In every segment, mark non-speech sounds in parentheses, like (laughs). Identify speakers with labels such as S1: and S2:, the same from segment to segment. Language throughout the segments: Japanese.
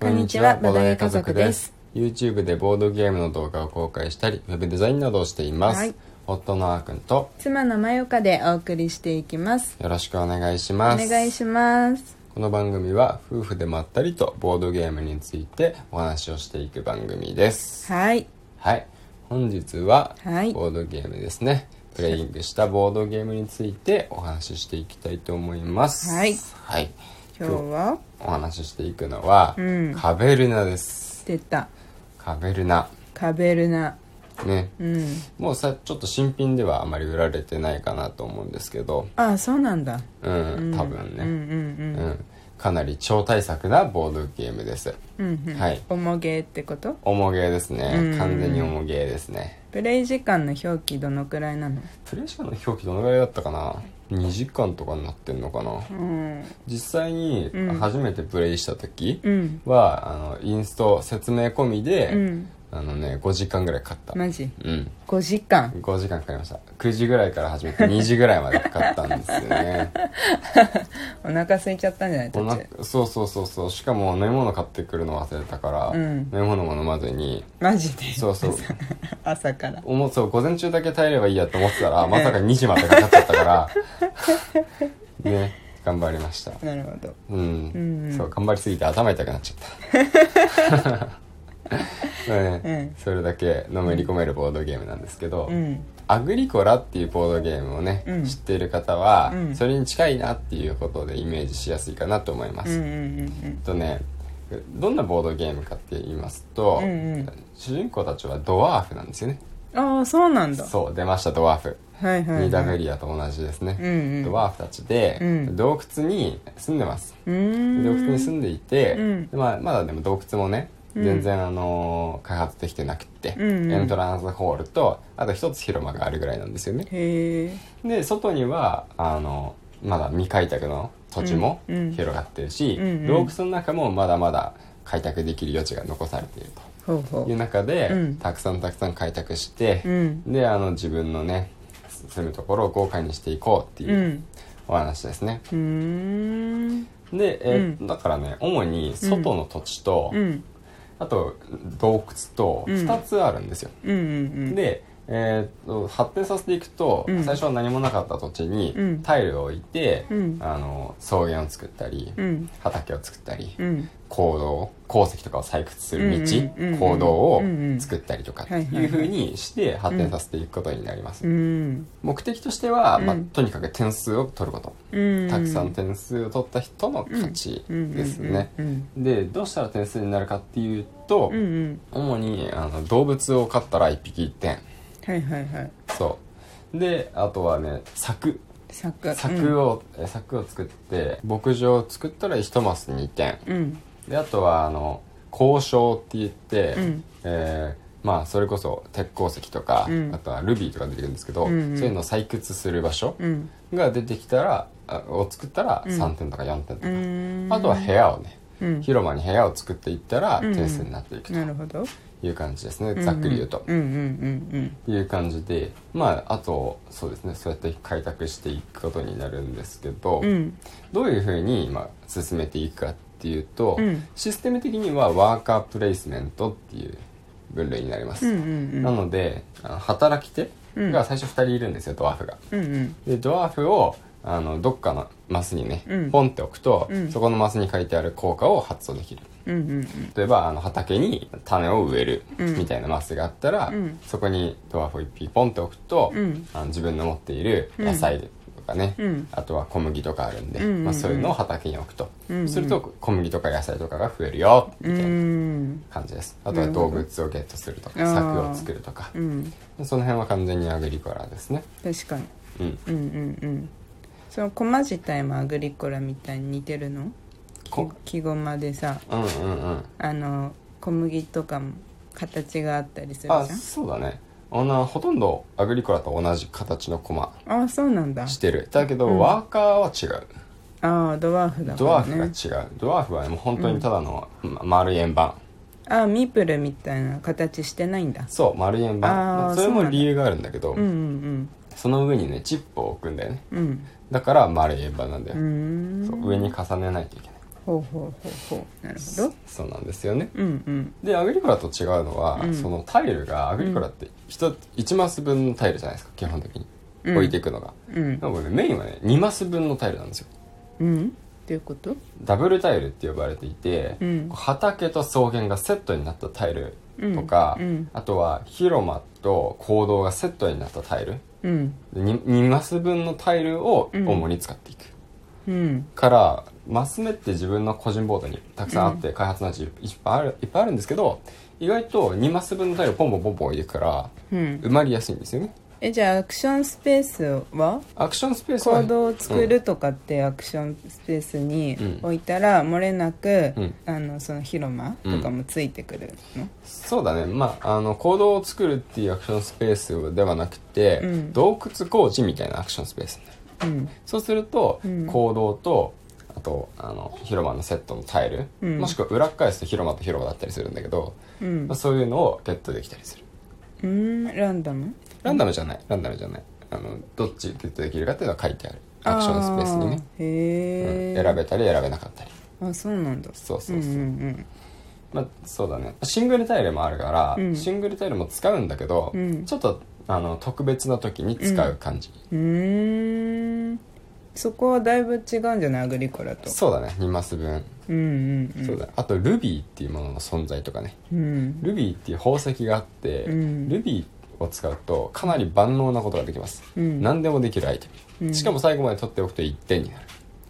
S1: こんにちはボードゲー家族です
S2: YouTube でボードゲームの動画を公開したりウェブデザインなどをしています、
S1: はい
S2: 夫のあーくんと
S1: 妻のまよかでお送りしていきます
S2: よろしくお願いし
S1: お
S2: ます
S1: 願いします
S2: この番組は夫婦でまったりとボードゲームについてお話をしていく番組です
S1: はい
S2: はい本日は
S1: はい
S2: ボードゲームですね、プレイングしたボードゲームについてお話ししていきたいと思います
S1: はい
S2: はい
S1: 今日は
S2: お話ししていくのは、
S1: うん
S2: カベルナです
S1: 出た
S2: カベルナ
S1: カベルナ
S2: ね、
S1: うん
S2: もうさちょっと新品ではあまり売られてないかなと思うんですけど
S1: ああそうなんだ
S2: うん、多分
S1: うん
S2: ね、
S1: うん
S2: うんかなり超大作なボードゲームです、
S1: うんうんうん
S2: はい
S1: 重げってこと
S2: 重ゲーですね、
S1: うん
S2: 完全に重ゲーですね
S1: プレイ時間の表記どのくらいなの
S2: プレイ時間の表記どのぐらいだったかな2時間とかになってんのかな
S1: うん
S2: 実際に
S1: うん
S2: 初めてプレイした時
S1: うん
S2: は、あのインスト説明込みで、
S1: うん
S2: あのね5時間ぐらいかかった、
S1: マジ
S2: うん
S1: 5時間
S2: 5時間かかりました9時ぐらいから始めて2時ぐらいまでかかったんですよね
S1: お腹空いちゃったんじゃない
S2: お
S1: 途
S2: な
S1: 中
S2: そうそうそうそうしかも飲み物買ってくるの忘れたから、
S1: うん
S2: 飲み物も飲まずに
S1: マジで
S2: そうそう
S1: 朝から
S2: おもそう午前中だけ耐えればいいやと思って
S1: (laughs)
S2: たらまさか2時までかかっちゃったから (laughs) ね頑張りました
S1: なるほど
S2: うん、
S1: うん
S2: そう頑張りすぎて頭痛くなっちゃった、ね (laughs) それだけのめり込めるボードゲームなんですけど、
S1: うん
S2: アグリコラっていうボードゲームをね、
S1: うん
S2: 知っている方は、
S1: うん
S2: それに近いなっていうことでイメージしやすいかなと思いま
S1: う
S2: す、
S1: んうん
S2: えっとねどんなボードゲームかって言いますと、
S1: うんうん
S2: 主人公たちはドワーフなんですよね
S1: うんああそうなんだ
S2: そう出ましたドワーフ、
S1: はいはい、はい、
S2: ニーダベリアと同じですね、
S1: うんうん
S2: ドワーフたちで、
S1: うん
S2: 洞窟に住んでます
S1: う
S2: で洞窟
S1: ー
S2: に
S1: ん
S2: 住んでいて、
S1: うん
S2: でまあ、まだでも洞窟もね
S1: うん
S2: 全然、あのー開発できてなくって、
S1: うんうん
S2: エントランスホールとあと一つ広間があるぐらいなんですよね
S1: へえ
S2: で外にはあのまだ未開拓の土地も
S1: うんうん
S2: 広がってるし、
S1: うんうん
S2: 洞窟の中もまだまだ開拓できる余地が残されている
S1: ほう
S2: と
S1: ほ
S2: いう中で、
S1: うん
S2: たくさんたくさん開拓して
S1: うう、ん
S2: であの自分のね住むところを豪華にしていこうってい
S1: う
S2: うんお話ですね、
S1: うーん
S2: で、えー
S1: うん
S2: だからね主に外の土地と、
S1: うん
S2: あと洞窟と
S1: うん
S2: 2つあるんですよ、
S1: うんうん
S2: で、えーと発展させていくと、
S1: うん
S2: 最初は何もなかった土地
S1: う
S2: に
S1: ん
S2: タイルを置いて、
S1: うん
S2: あの草原を作ったり、
S1: うん
S2: 畑を作ったり、
S1: うん
S2: 行動鉱石とかを採掘する道、
S1: うんうんうん
S2: 行動を
S1: うんうん
S2: 作ったりとかっ
S1: は
S2: て
S1: いはいはい
S2: いうふうにして発展させていくことになります、
S1: うん
S2: 目的としては、まあ
S1: うん、
S2: とにかく点数を取ること、
S1: うん
S2: たくさん点数を取った人の勝ちですね、
S1: うん
S2: でどうしたら点数になるかっていうと、
S1: うんうんうん
S2: 主にあの動物を飼ったら1匹1点
S1: はいはいはい
S2: そうであとはね柵
S1: 柵
S2: 柵を、え柵を作って牧場を作ったら1マス2点
S1: うん
S2: であとはあの交渉って言って、
S1: うん
S2: えーまあそれこそ鉄鉱石とか、
S1: うん
S2: あとはルビーとか出てくるんですけど、
S1: うんうん
S2: そういうのを採掘する場所
S1: うん
S2: が出てきたらあを作ったら
S1: うん
S2: 3点とか4点と
S1: う
S2: か、
S1: ん
S2: あとは部屋をね
S1: うん
S2: 広間に部屋を作っていったら
S1: うん
S2: 点数になっていく
S1: なるほど
S2: という感じですね、ざっくり言うと。
S1: うんうん
S2: いう感じでまああとそうですねそうやって開拓していくことになるんですけど、
S1: うんうん
S2: どういうふうに、まあ、進めていくかっていうと、
S1: うん
S2: システム的にはワーカープレイスメントっていう分類になります、
S1: うんうん
S2: なのであの働き手が最初2人いるんですよ、ドワーフが
S1: うんうん
S2: でドワーフをあのどっかのマスにね、
S1: うん
S2: ポンって置くと、
S1: うん
S2: そこのマスに書いてある効果を発動できる
S1: うんうん
S2: 例えばあの畑に種を植える
S1: うん
S2: みたいなマスがあったら、
S1: うん
S2: そこにドワーフを1匹ポンって置くと、
S1: うん
S2: あの自分の持っている野菜とかね、
S1: うん
S2: あとは小麦とかあるんで、
S1: うんうんうん
S2: まあ、そういうのを畑に置くと、
S1: うんうん
S2: すると小麦とか野菜とかが増えるよみ
S1: う
S2: たいなん感じです、あとは動物をゲットするとか
S1: なるほど
S2: 柵を作るとか
S1: うん
S2: その辺は完全にアグリコラですね
S1: 確かに
S2: うん
S1: うんうんうんその駒自体もアグリコラみたいに似てるの
S2: こ
S1: 木駒でさ
S2: うんうんうん
S1: あの小麦とかも形があったりする
S2: あ
S1: じ
S2: そうだねあのほとんどアグリコラと同じ形のコマ
S1: ゃんあそうなんだ
S2: してるだけど、
S1: うん
S2: ワーカーは違う
S1: ああドワーフだか
S2: ドワー
S1: ら
S2: フが
S1: ね
S2: 違うドワーフはねもう本当にただのま丸い円盤、
S1: ああミープルみたいな形してないんだ
S2: そう丸い円
S1: あー
S2: 盤それ
S1: そう
S2: も
S1: なんだ
S2: 理由があるんだけど
S1: うんうん
S2: その上にねチップを置くんだよね
S1: うん
S2: だから丸い円盤なんだ
S1: う
S2: よ、
S1: んうーん
S2: そう上に重ねないといけない
S1: ほうほうほうほうなるほど
S2: そうなんですよね
S1: うんうん
S2: でアグリコラと違うのは、
S1: うん
S2: そのタイルがアグリコラって1マス分のタイルじゃないですか基本的に
S1: うん
S2: 置いていくのが、
S1: うん
S2: なのでメインはね2マス分のタイルなんですよ
S1: うんどういうこと
S2: ダブルタイルって呼ばれていて、
S1: うん
S2: 畑と草原がセットになったタイルとか、
S1: うんうん
S2: あとは広間と行動がセットになったタイル
S1: うん
S2: で 2, マス分のタイルを主に使っていく、
S1: うん
S2: からマス目って自分の個人ボードにたくさんあって、開発のうちいっぱいあるいっぱいあるんですけど意外と2マス分のタイルをポンポンポンポン置いていくから
S1: うん
S2: 埋まりやすいんですよね
S1: えじゃあアクションスペースは
S2: アクションスペースは
S1: 行動を作るとかってアクションスペースに
S2: うん
S1: 置いたら漏れなく、
S2: うん
S1: あのその広間とかもついてくるの、
S2: そうだねまああの行動を作るっていうアクションスペースではなくて、
S1: うん
S2: 洞窟工事みたいなアクションスペースになる
S1: うん
S2: そうすると、
S1: うん
S2: 行動とあとあの広間のセットのタイル、
S1: うん
S2: もしくは裏返すと広間と広場だったりするんだけど、
S1: うん
S2: まあ、そういうのをゲットできたりする
S1: うーんランダム
S2: ランダムじゃないランダムじゃないあのどっちゲットできるかっていうのは書いてあるアクションスペースにね、うん
S1: あーへえ、
S2: 選べたり選べなかったり
S1: あそうなんだ
S2: そうそうそう、
S1: んうん
S2: まあそうだねシングルタイルもあるから、
S1: うん
S2: シングルタイルも使うんだけど、
S1: うん
S2: ちょっとあの特別な時に使う感じ、
S1: うんうーんそこはだいぶ違うんじゃないアグリコラと
S2: そうだね2マス分、
S1: うんうんうん
S2: そうだあと Ruby っていうものの存在とかね
S1: うん、
S2: Ruby っていう宝石があって、
S1: うん
S2: Ruby を使うとかなり万能なことができます、
S1: うん
S2: 何でもできるアイテム、
S1: うん
S2: しかも最後まで取っておくと1点になる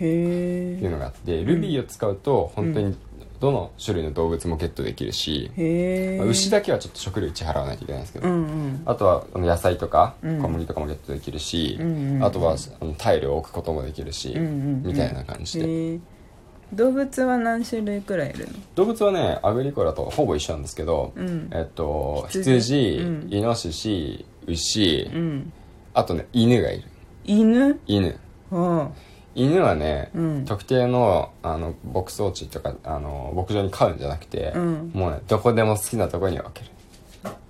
S1: へ
S2: っていう
S1: え
S2: のがあって、Ruby を使うと本当にどの種類の動物もゲットできるし、
S1: へえ、
S2: まあ牛だけはちょっと食料1払わないといけないんですけど、
S1: うんうん
S2: あとはあの野菜とか
S1: うん
S2: 小麦とかもゲットできるし、
S1: うんうんうん
S2: あとはあのタイルを置くこともできるし、
S1: うんうんうん
S2: みたいな感じで、
S1: へえ動物は何種類くらいいるの
S2: 動物はねアグリコラとほぼ一緒なんですけど、
S1: うん
S2: えっと
S1: 羊
S2: 羊、
S1: うん
S2: イノシシ牛、
S1: うん
S2: あとね犬がいる
S1: 犬
S2: 犬
S1: ああ
S2: 犬はね、
S1: うん
S2: 特定のあの牧草地とかあの牧場に飼うんじゃなくて、
S1: うん
S2: もうねどこでも好きなとこに分ける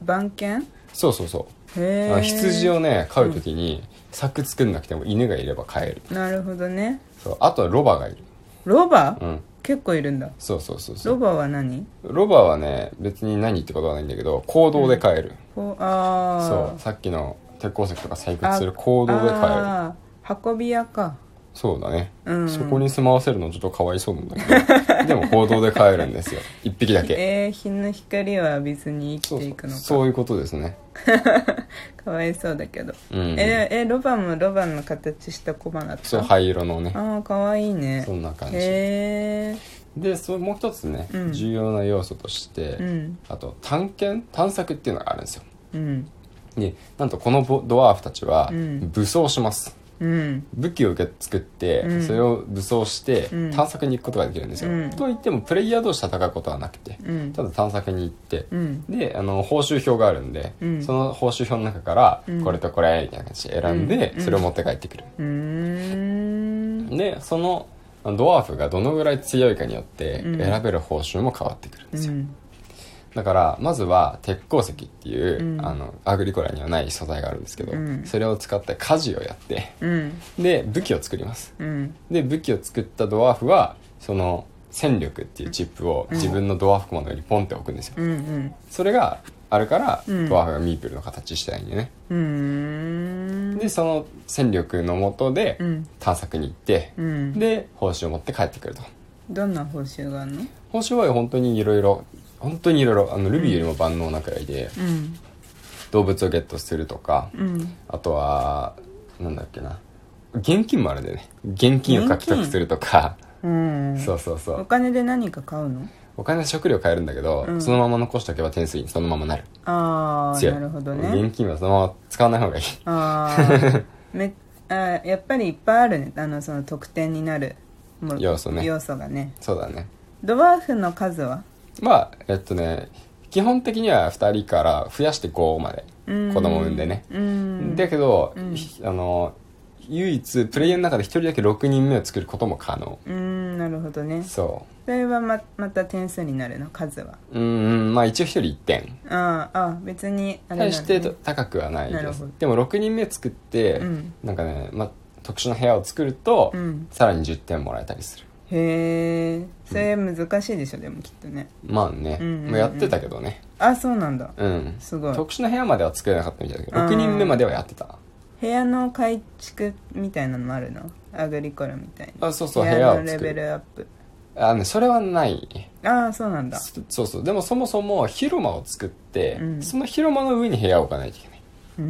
S1: 番犬
S2: そうそうそう、
S1: へ
S2: あの
S1: え
S2: 羊をね飼う時に、柵作んなくても犬がいれば飼える
S1: なるほどね
S2: そうあとはロバがいる
S1: ロバ、
S2: うん
S1: 結構いるんだ
S2: そうそうそうそ
S1: ロ
S2: う
S1: バは何
S2: ロバはね別に何ってことはないんだけど行動で飼える、
S1: こうああ
S2: そうさっきの鉄鉱石とか採掘する行動で飼える
S1: ああ運び屋か
S2: そうだね、
S1: うん
S2: そこに住まわせるのちょっとかわいそうなんだけ
S1: (laughs)
S2: どでも行動で飼えるんですよ一匹だけ
S1: えー、日の光は浴びずに生
S2: そうそ
S1: きていく
S2: う
S1: のか
S2: そういうことですね
S1: かわいそうだけど、
S2: うん
S1: えでえロバもロバの形したコマだった
S2: そう灰色のね
S1: ああかわいいね
S2: そんな感じ
S1: へえ
S2: でそもう一つね、
S1: うん
S2: 重要な要素として、
S1: うん
S2: あと探検探索っていうのがあるんですよ
S1: うん
S2: でなんとこのボドワーフたちは
S1: うん
S2: 武装します、
S1: うん
S2: 武器を受け作って、
S1: うん
S2: それを武装して
S1: うん
S2: 探索に行くことができるんですよ、
S1: うん
S2: といってもプレイヤー同士戦うことはなくて、
S1: うん
S2: ただ探索に行って、
S1: うん
S2: であの報酬表があるんで、
S1: うん
S2: その報酬表の中から、
S1: うん
S2: これとこれみたいな感じで選んで、
S1: うん
S2: それを持って帰ってくる、
S1: うーん
S2: でそのドワーフがどのぐらい強いかによって
S1: うん
S2: 選べる報酬も変わってくるん
S1: う
S2: ですよ、
S1: ん
S2: だからまずは鉄鉱石っていう、
S1: うん
S2: あのアグリコラにはない素材があるんですけど、
S1: うん
S2: それを使って家事をやって
S1: うん
S2: で武器を作ります
S1: うん
S2: で武器を作ったドワーフはその戦力っていうチップを自分のドワーフコマの上にポンって置くんですよ、
S1: うんうん
S2: それがあるから
S1: うん
S2: ドワーフがミープルの形してないんでね、
S1: うーん
S2: でその戦力のもとで
S1: うん
S2: 探索に行って、
S1: うん
S2: で報酬を持って帰ってくると
S1: どんな報酬があるの
S2: 報酬は本当にいろいろ本当にいろいろあのルビーよりも万能なくらいで、
S1: うん
S2: 動物をゲットするとか、
S1: うん
S2: あとはなんだっけな現金もあるんだよね現金を獲得するとか、
S1: うん
S2: そうそうそ
S1: お
S2: う
S1: 金で何か買うの
S2: お金は食料買えるんだけど、
S1: うん
S2: そのまま残しておけば点数にそのままなる
S1: ああ
S2: 強い
S1: なるほどね
S2: 現金はそのまま使わない方 (laughs) がいい
S1: あ
S2: (laughs)
S1: ーめあーやっぱりいっぱいあるねあのその得点になるもう
S2: 要素ね
S1: 要素がね
S2: そうだね
S1: ドワーフの数は
S2: まあえっとね基本的には2人から増やして5まで
S1: うん
S2: 子供産んでね
S1: うん
S2: だけど、
S1: うん
S2: ひあの唯一プレイヤーの中で1人だけ6人目を作ることも可能
S1: うんなるほどね
S2: そ
S1: それはままた点数になるの数は
S2: ううんまあ一応1人1点
S1: あーあー別にあれなの
S2: 対し
S1: ね
S2: て高くはない
S1: な
S2: で
S1: る
S2: す
S1: ほど
S2: でも6人目作って、
S1: うん
S2: なんかね、まあ、特殊な部屋を作ると、
S1: うん
S2: さらに10点もらえたりする
S1: へへえそれ難しいでしょでもきっとね
S2: まあね、
S1: うんうんうん
S2: まあやってたけどね
S1: あそうなんだ
S2: うん
S1: すごい
S2: 特殊な部屋までは作れなかったみたいだけど
S1: うん
S2: 6人目まではやってた
S1: 部屋の改築みたいなのもあるのアグリコラみたいに
S2: あそうそう
S1: 部
S2: 部
S1: 屋
S2: 屋
S1: の
S2: を
S1: レ
S2: 作
S1: ベ
S2: る
S1: ルアップ
S2: あ、ね、それはないね
S1: ああそうなんだ
S2: そそうそうでもそもそも広間を作って、
S1: うん
S2: その広間の上に部屋を置かないといけないう
S1: ー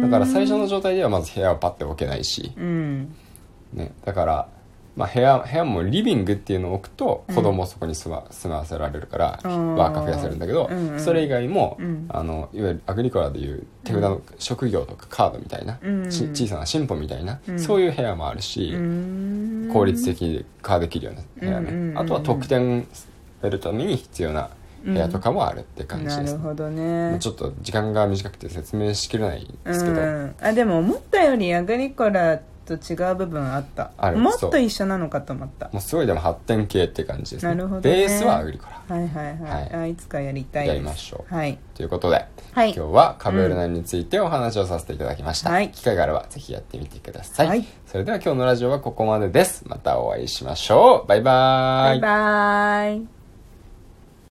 S1: ん
S2: だから最初の状態ではまず部屋をパッて置けないし、
S1: うん
S2: ね、だから、まあ、部屋部屋もリビングっていうのを置くと子供をそこに住ま,、住まわせられるから
S1: あー
S2: ワーカー増やせるんだけど、
S1: うんうん
S2: それ以外も、
S1: うん
S2: あのいわゆるアグリコラでいう手札の職業とかカードみたいな、
S1: うん
S2: ち小さな進歩みたいな、
S1: うん
S2: そういう部屋もある
S1: う
S2: し、
S1: ーん
S2: 効率的化できるような部屋ね、
S1: うんうんうんうん
S2: あとは得点得るために必要な部屋とかもあるって感じ
S1: な
S2: です、
S1: るほどね
S2: ちょっと時間が短くて説明しきれないんですけど、
S1: うん、あでも思ったよりアグリコラと違う部分あった
S2: ある
S1: もっ
S2: そ
S1: と
S2: う
S1: 一緒なのかと思った
S2: もうすごいでも発展系って感じですね
S1: なるほどね
S2: ベースはアグリコラ
S1: はいはいはい、
S2: はい
S1: あいつかやりたいです
S2: やりましょう
S1: はい
S2: ということで、
S1: はい
S2: 今日はカブエルナについてお話をさせていただきました、
S1: はい
S2: 機会があればぜひやってみてください、
S1: はい
S2: それでは今日のラジオはここまでですまたお会いしましょうバイバー
S1: バイバーイ